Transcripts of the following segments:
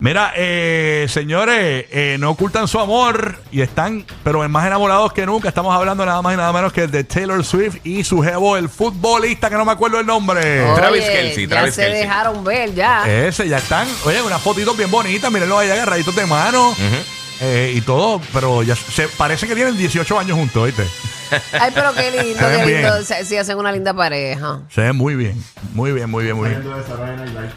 Mira, eh, señores, eh, no ocultan su amor y están, pero más enamorados que nunca. Estamos hablando nada más y nada menos que de Taylor Swift y su jevo, el futbolista, que no me acuerdo el nombre. Travis Oye, Kelce, ya Travis se Kelce. dejaron ver ya. Ese, ya están. Oye, unas fotitos bien bonitas, mírenlo ahí agarraditos de mano. eh, y todo, pero ya se parece que tienen 18 años juntos, ¿viste? Ay, pero qué lindo, Se ven qué lindo. bien. Se- Sí, hacen una linda pareja. Se ven muy bien, muy bien, muy bien, muy bien.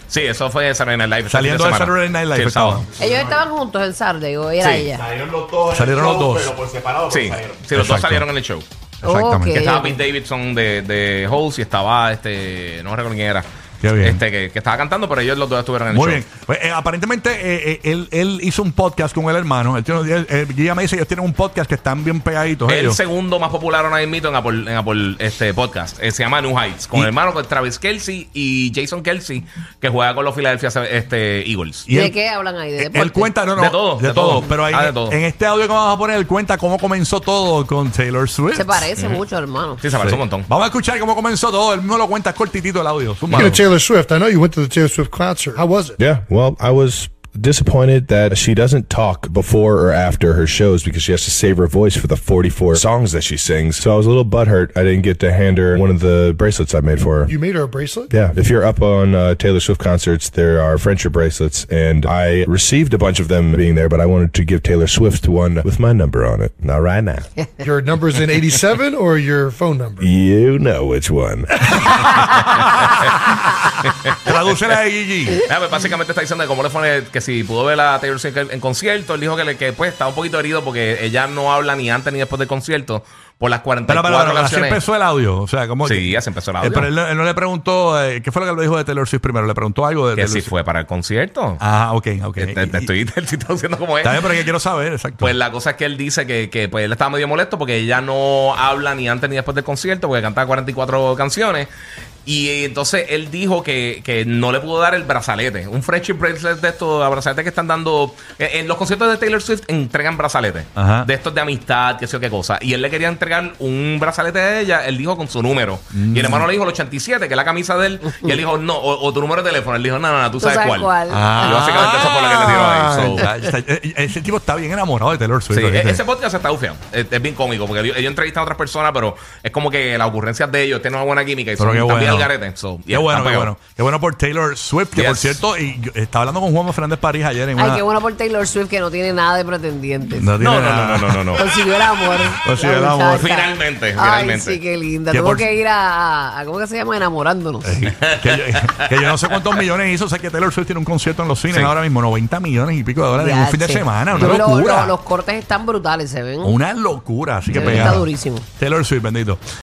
Sí, eso fue de Saturday Night Live. esta Saliendo de semana. Saturday Night Live. Sí, el estaba. sábado. Ellos estaban juntos en Saturday, o era Sí. ella. Salieron los dos. en el Salieron los show, dos. Pero por separado. pero Sí, salieron. sí, los dos Exacto. salieron en el show. Exactamente. Ok. Que estaba ok. Pete Davidson de, de Holes y estaba este, no recuerdo quién era. Qué bien. Este, que, que estaba cantando, pero ellos los dos estuvieron en el Muy show. bien. Pues, eh, aparentemente eh, eh, él, él hizo un podcast con el hermano. Él tiene, él- él- ella me dice ellos tienen un podcast que están bien pegaditos. El ellos. segundo más popular ahora mismo en Apple, en Apple este, Podcast. Eh, se llama New Heights. Con Y- el hermano de Travis Kelsey y Jason Kelsey, que juega con los Philadelphia este, Eagles. Y ¿De él- qué hablan ahí? ¿De eh, deporte? Él cuenta, no, no, De todo, de todo. Pero ahí, Ah, de todo. en este audio que vamos a poner, él cuenta cómo comenzó todo con Taylor Swift. Se parece mucho, hermano. Sí, se parece Sí. un montón. Vamos a escuchar cómo comenzó todo. Él mismo lo cuenta es cortitito el audio. You Zúmbalo. know Taylor Swift. I know you went to the Taylor Swift concert. How was it? Yeah. Well, I was disappointed that she doesn't talk before or after her shows because she has to save her voice for the 44 songs that she sings. So I was a little butthurt I didn't get to hand her one of the bracelets I made for her. You made her a bracelet. Yeah. If you're up on uh, Taylor Swift concerts, there are friendship bracelets, and I received a bunch of them being there, but I wanted to give Taylor Swift one with my number on it. Not right now. Your number's in 87 or your phone number? you know which one. Tradúcela a Gigi. Ah, pues básicamente está diciendo que cómo le fue que si pudo ver a Taylor Swift en concierto, él dijo que, le, que pues estaba un poquito herido porque ella no habla ni antes ni después del concierto por las 44 Pero, pero, pero, así canciones. empezó el audio. O sea, como. Sí, así empezó el audio. Eh, pero él, no- él no le preguntó. eh, ¿Qué fue lo que le dijo de Taylor Swift primero? Le preguntó algo de que Taylor si Swift. fue para el concierto. Ah, ok, ok. Que te, te Y- estoy, te estoy diciendo cómo es. Está bien, pero que quiero saber, exacto. Pues la cosa es que él dice que, que, pues, él estaba medio molesto porque ella no habla ni antes ni después del concierto porque cantaba 44 canciones. Y eh, entonces él dijo que, que no le pudo dar el brazalete. Un friendship bracelet de estos brazaletes que están dando. eh, En, los conciertos de Taylor Swift entregan brazaletes. Ajá. De estos de amistad, qué sé yo qué cosa. Y él le quería entregar un brazalete de ella, él dijo con su número. Mm. Y el hermano le dijo el 87, que es la camisa de él. Y él dijo, no, o, o tu número de teléfono. Él dijo, no, no, no, tú sabes, cuál. Ah, Y básicamente eso fue lo que le tiró ahí. So, Ya, está- eh, ese tipo está bien enamorado de Taylor Swift. Sí, ¿viste? ese podcast está ufeo. Es, es bien cómico porque ellos, ellos entrevistan a otras personas, pero es como que las ocurrencias de ellos tienen una buena química y Pero son qué también bueno. al garete. So, Qué yeah, bueno, está qué pegado. bueno. Qué bueno por Taylor Swift, que por Yes. cierto, y yo- estaba hablando con Juan Fernández París ayer en Ay, una- qué bueno por Taylor Swift que no tiene nada de pretendientes. No, tiene No, no, nada. no, no, no, no. no. Consiguió el amor. Consiguió La el amor. muchacha. Finalmente, Ay, finalmente. sí, qué linda. Que Tuvo por- que ir a, a- a- ¿Cómo que se llama? Enamorándonos. que, yo, que yo no sé cuántos millones hizo. O sea, que Taylor Swift tiene un concierto en los cines Sí. ahora mismo, 90 millones y pico de dólares en un Ya, fin de sí. semana. Una Yo lo- locura. lo- los cortes están brutales, se ven. Una locura. Así que Se ve que pegada. está durísimo. Taylor Swift, bendito.